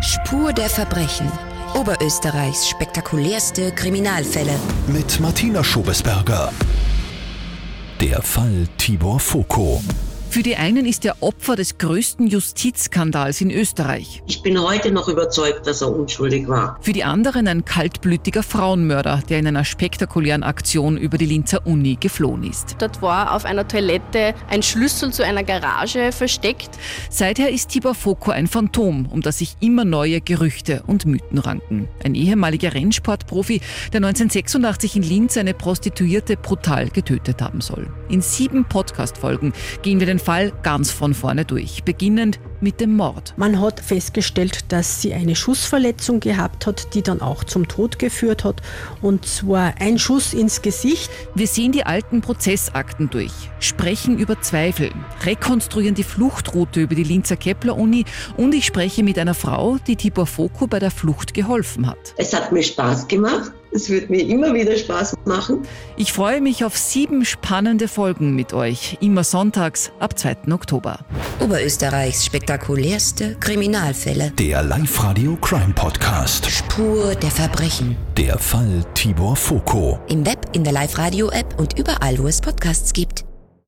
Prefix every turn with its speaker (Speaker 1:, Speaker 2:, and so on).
Speaker 1: Spur der Verbrechen. Oberösterreichs spektakulärste Kriminalfälle.
Speaker 2: Mit Martina Schobesberger. Der Fall Tibor Foko.
Speaker 3: Für die einen ist er Opfer des größten Justizskandals in Österreich.
Speaker 4: Ich bin heute noch überzeugt, dass er unschuldig war.
Speaker 3: Für die anderen ein kaltblütiger Frauenmörder, der in einer spektakulären Aktion über die Linzer Uni geflohen ist.
Speaker 5: Dort war auf einer Toilette ein Schlüssel zu einer Garage versteckt.
Speaker 3: Seither ist Tibor Foko ein Phantom, um das sich immer neue Gerüchte und Mythen ranken. Ein ehemaliger Rennsportprofi, der 1986 in Linz eine Prostituierte brutal getötet haben soll. In sieben Podcast-Folgen gehen wir den Fall ganz von vorne durch, beginnend mit dem Mord.
Speaker 6: Man hat festgestellt, dass sie eine Schussverletzung gehabt hat, die dann auch zum Tod geführt hat. Und zwar ein Schuss ins Gesicht.
Speaker 3: Wir sehen die alten Prozessakten durch, sprechen über Zweifel, rekonstruieren die Fluchtroute über die Linzer Kepler-Uni und ich spreche mit einer Frau, die Tibor Foko bei der Flucht geholfen hat.
Speaker 4: Es hat mir Spaß gemacht. Es wird mir immer wieder Spaß machen.
Speaker 3: Ich freue mich auf sieben spannende Folgen mit euch, immer sonntags ab 2. Oktober.
Speaker 1: Oberösterreichs spektakulärste Kriminalfälle.
Speaker 2: Der Live-Radio Crime Podcast.
Speaker 1: Spur der Verbrechen.
Speaker 2: Der Fall Tibor Foko.
Speaker 1: Im Web, in der Live-Radio-App und überall, wo es Podcasts gibt.